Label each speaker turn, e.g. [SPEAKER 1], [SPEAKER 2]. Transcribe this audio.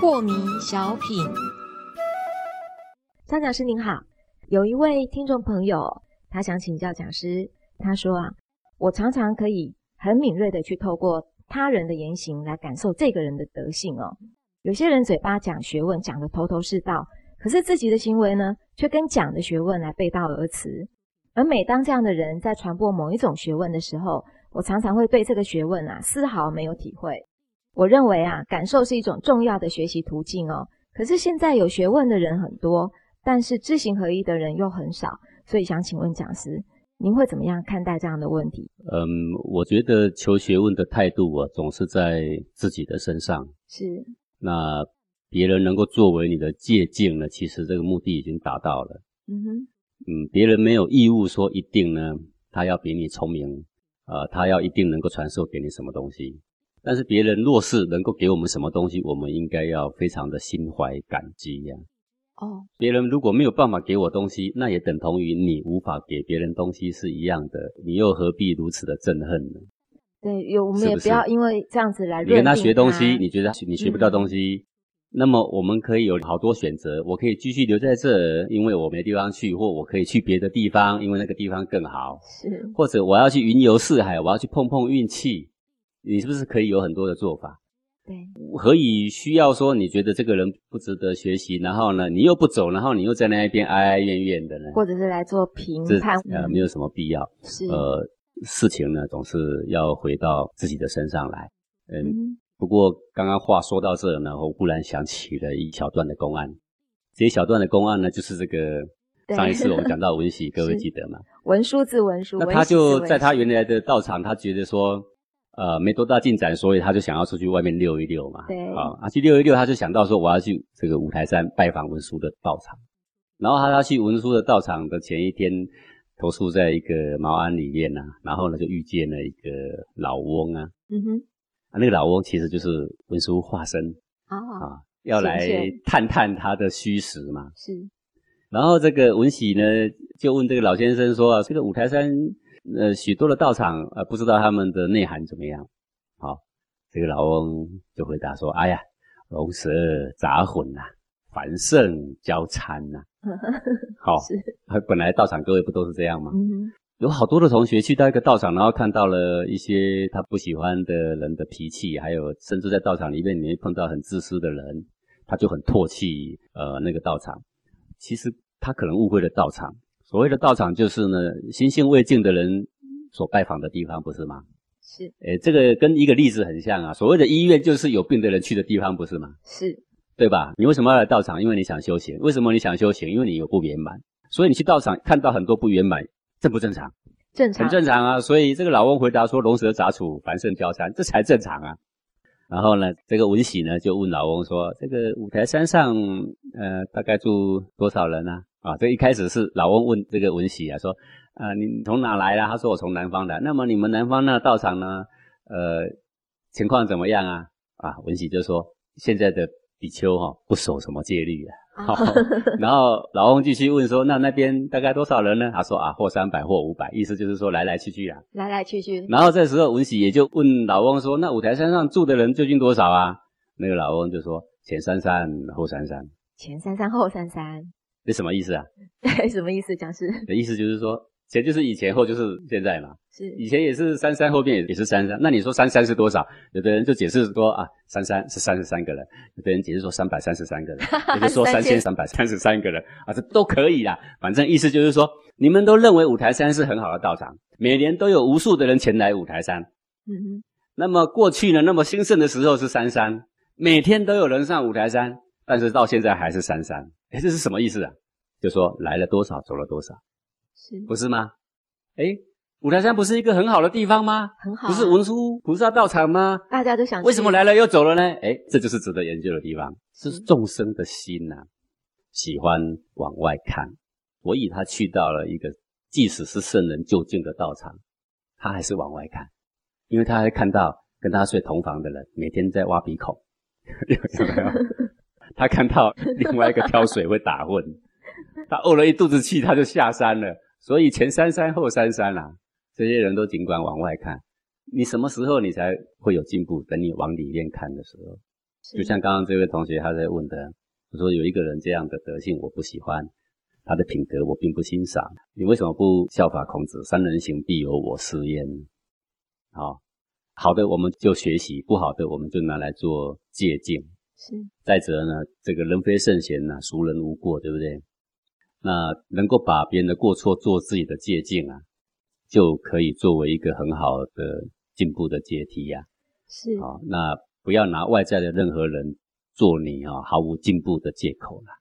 [SPEAKER 1] 破迷小品，张讲师您好，有一位听众朋友，他想请教讲师，他说啊，我常常可以很敏锐的去透过他人的言行来感受这个人的德性哦。有些人嘴巴讲学问，讲的头头是道，可是自己的行为呢，却跟讲的学问来背道而驰。而每当这样的人在传播某一种学问的时候，我常常会对这个学问啊丝毫没有体会。我认为啊，感受是一种重要的学习途径哦。可是现在有学问的人很多，但是知行合一的人又很少，所以想请问讲师，您会怎么样看待这样的问题？
[SPEAKER 2] 嗯，我觉得求学问的态度啊，总是在自己的身上。
[SPEAKER 1] 是
[SPEAKER 2] 那别人能够作为你的借鉴呢，其实这个目的已经达到了。
[SPEAKER 1] 嗯哼，
[SPEAKER 2] 嗯，别人没有义务说一定呢，他要比你聪明，呃，他要一定能够传授给你什么东西。但是别人若是能够给我们什么东西，我们应该要非常的心怀感激呀、
[SPEAKER 1] 哦，
[SPEAKER 2] 别人如果没有办法给我东西，那也等同于你无法给别人东西是一样的，你又何必如此的憎恨呢？
[SPEAKER 1] 对，有我们
[SPEAKER 2] 是不
[SPEAKER 1] 也不要
[SPEAKER 2] 是
[SPEAKER 1] 因为这样子来
[SPEAKER 2] 你跟
[SPEAKER 1] 认
[SPEAKER 2] 他
[SPEAKER 1] 定
[SPEAKER 2] 学东西，
[SPEAKER 1] 他嗯
[SPEAKER 2] 你觉得你学不到东西，那么我们可以有好多选择。我可以继续留在这儿，因为我没地方去，或我可以去别的地方，因为那个地方更好，
[SPEAKER 1] 是
[SPEAKER 2] 或者我要去云游四海，我要去碰碰运气。你是不是可以有很多的做法？
[SPEAKER 1] 对，
[SPEAKER 2] 何以需要说你觉得这个人不值得学习，然后呢，你又不走，然后你又在那一边哀哀怨怨的呢？
[SPEAKER 1] 或者是来做评
[SPEAKER 2] 这
[SPEAKER 1] 判，
[SPEAKER 2] 呃没有什么必要。
[SPEAKER 1] 是
[SPEAKER 2] 呃，事情呢总是要回到自己的身上来。嗯，
[SPEAKER 1] 嗯
[SPEAKER 2] 不过刚刚话说到这呢，我忽然想起了一小段的公案。这一小段的公案呢，就是这个
[SPEAKER 1] 对
[SPEAKER 2] 上一次我们讲到 文喜，各位
[SPEAKER 1] 是
[SPEAKER 2] 记得吗？
[SPEAKER 1] 文书字文书，
[SPEAKER 2] 那
[SPEAKER 1] 文
[SPEAKER 2] 他
[SPEAKER 1] 史字
[SPEAKER 2] 就
[SPEAKER 1] 文
[SPEAKER 2] 在他
[SPEAKER 1] 史
[SPEAKER 2] 原来的道场，他觉得说，呃，没多大进展，所以他就想要出去外面溜一溜嘛。
[SPEAKER 1] 对
[SPEAKER 2] 啊，啊去溜一溜，他就想到说，我要去这个五台山拜访文殊的道场。然后他他去文殊的道场的前一天，投宿在一个茅庵里面呢、啊然后呢就遇见了一个老翁啊，
[SPEAKER 1] 嗯哼
[SPEAKER 2] 啊那个老翁其实就是文殊化身。
[SPEAKER 1] 啊
[SPEAKER 2] 啊，要来
[SPEAKER 1] 显现
[SPEAKER 2] 探探他的虚实嘛。
[SPEAKER 1] 是
[SPEAKER 2] 然后这个文喜呢，就问这个老先生说啊，这个五台山呃许多的道场呃，不知道他们的内涵怎么样？好，这个老翁就回答说，哎呀，龙蛇杂混呐、繁盛交掺 呐、好，
[SPEAKER 1] 是
[SPEAKER 2] 他本来道场各位不都是这样吗？
[SPEAKER 1] 嗯哼
[SPEAKER 2] 有好多的同学去到一个道场，然后看到了一些他不喜欢的人的脾气，还有甚至在道场里面你会碰到很自私的人，他就很唾弃呃那个道场。其实他可能误会了道场，所谓的道场就是呢心性未净的人所拜访的地方，不是吗？
[SPEAKER 1] 是
[SPEAKER 2] 诶，这个跟一个例子很像啊，所谓的医院就是有病的人去的地方，不是吗？
[SPEAKER 1] 是
[SPEAKER 2] 对吧？你为什么要来道场？因为你想修行。为什么你想修行？因为你有不圆满，所以你去道场看到很多不圆满，正不正常？
[SPEAKER 1] 正常
[SPEAKER 2] 很正常啊。所以这个老翁回答说：“龙蛇杂处，繁盛交缠，这才正常啊。”然后呢，这个文喜呢就问老翁说：“这个五台山上，呃，大概住多少人呢、啊？”这一开始是老翁问这个文喜啊，说：“啊、你从哪来啦？”他说：“我从南方来。”那么你们南方那道场呢？呃，情况怎么样啊？啊，文喜就说：“现在的比丘哈、哦、不守什么戒律啊。”
[SPEAKER 1] 啊
[SPEAKER 2] 好，然后老翁继续问说：“那那边大概多少人呢？”他说：“啊，或三百，或五百，意思就是说来来去去啊。
[SPEAKER 1] 来来去去”
[SPEAKER 2] 然后这时候文喜也就问老翁说：“那五台山上住的人究竟多少啊？”那个老翁就说：“前三三，后三三。
[SPEAKER 1] 前三三后三三，”
[SPEAKER 2] 这什么意思啊？
[SPEAKER 1] 对，什么意思？讲师
[SPEAKER 2] 的意思就是说，前就是以前，后就是现在嘛。
[SPEAKER 1] 是
[SPEAKER 2] 以前也是三三，后面也也是三三。那你说三三是多少？有的人就解释说啊，三三是三十三个人；有的人解释说三百三十三个人，有的说
[SPEAKER 1] 三
[SPEAKER 2] 三
[SPEAKER 1] 千
[SPEAKER 2] 千三百三十三个人啊，这都可以啦。反正意思就是说，你们都认为五台山是很好的道场，每年都有无数的人前来五台山。
[SPEAKER 1] 嗯哼
[SPEAKER 2] 那么过去呢，那么兴盛的时候是三三，每天都有人上五台山，但是到现在还是三三。哎，这是什么意思啊？就说来了多少，走了多少，
[SPEAKER 1] 是
[SPEAKER 2] 不是吗？哎，五台山不是一个很好的地方吗？
[SPEAKER 1] 很好啊，
[SPEAKER 2] 不是文殊菩萨道场吗？
[SPEAKER 1] 大家都想
[SPEAKER 2] 为什么
[SPEAKER 1] 去
[SPEAKER 2] 来了又走了呢？哎，这就是值得研究的地方，这是
[SPEAKER 1] 嗯
[SPEAKER 2] 众生的心呐、啊喜欢往外看。所以他去到了一个即使是圣人就近的道场，他还是往外看，因为他还看到跟他睡同房的人每天在挖鼻孔， 有没有？他看到另外一个挑水会打混，他呕了一肚子气，他就下山了。所以前三三后三三啦，这些人都尽管往外看，你什么时候你才会有进步？等你往里面看的时候，就像刚刚这位同学他在问的，我说有一个人这样的德性我不喜欢，他的品格我并不欣赏，你为什么不效法孔子？三人行必有我师焉。好、好的我们就学习，不好的我们就拿来做借鉴。
[SPEAKER 1] 是
[SPEAKER 2] 再者呢，这个人非圣贤呐、孰人无过，对不对？那能够把别人的过错做自己的借鉴啊，就可以作为一个很好的进步的阶梯呀、
[SPEAKER 1] 是
[SPEAKER 2] 哦哦好、那不要拿外在的任何人做你啊、毫无进步的借口啦。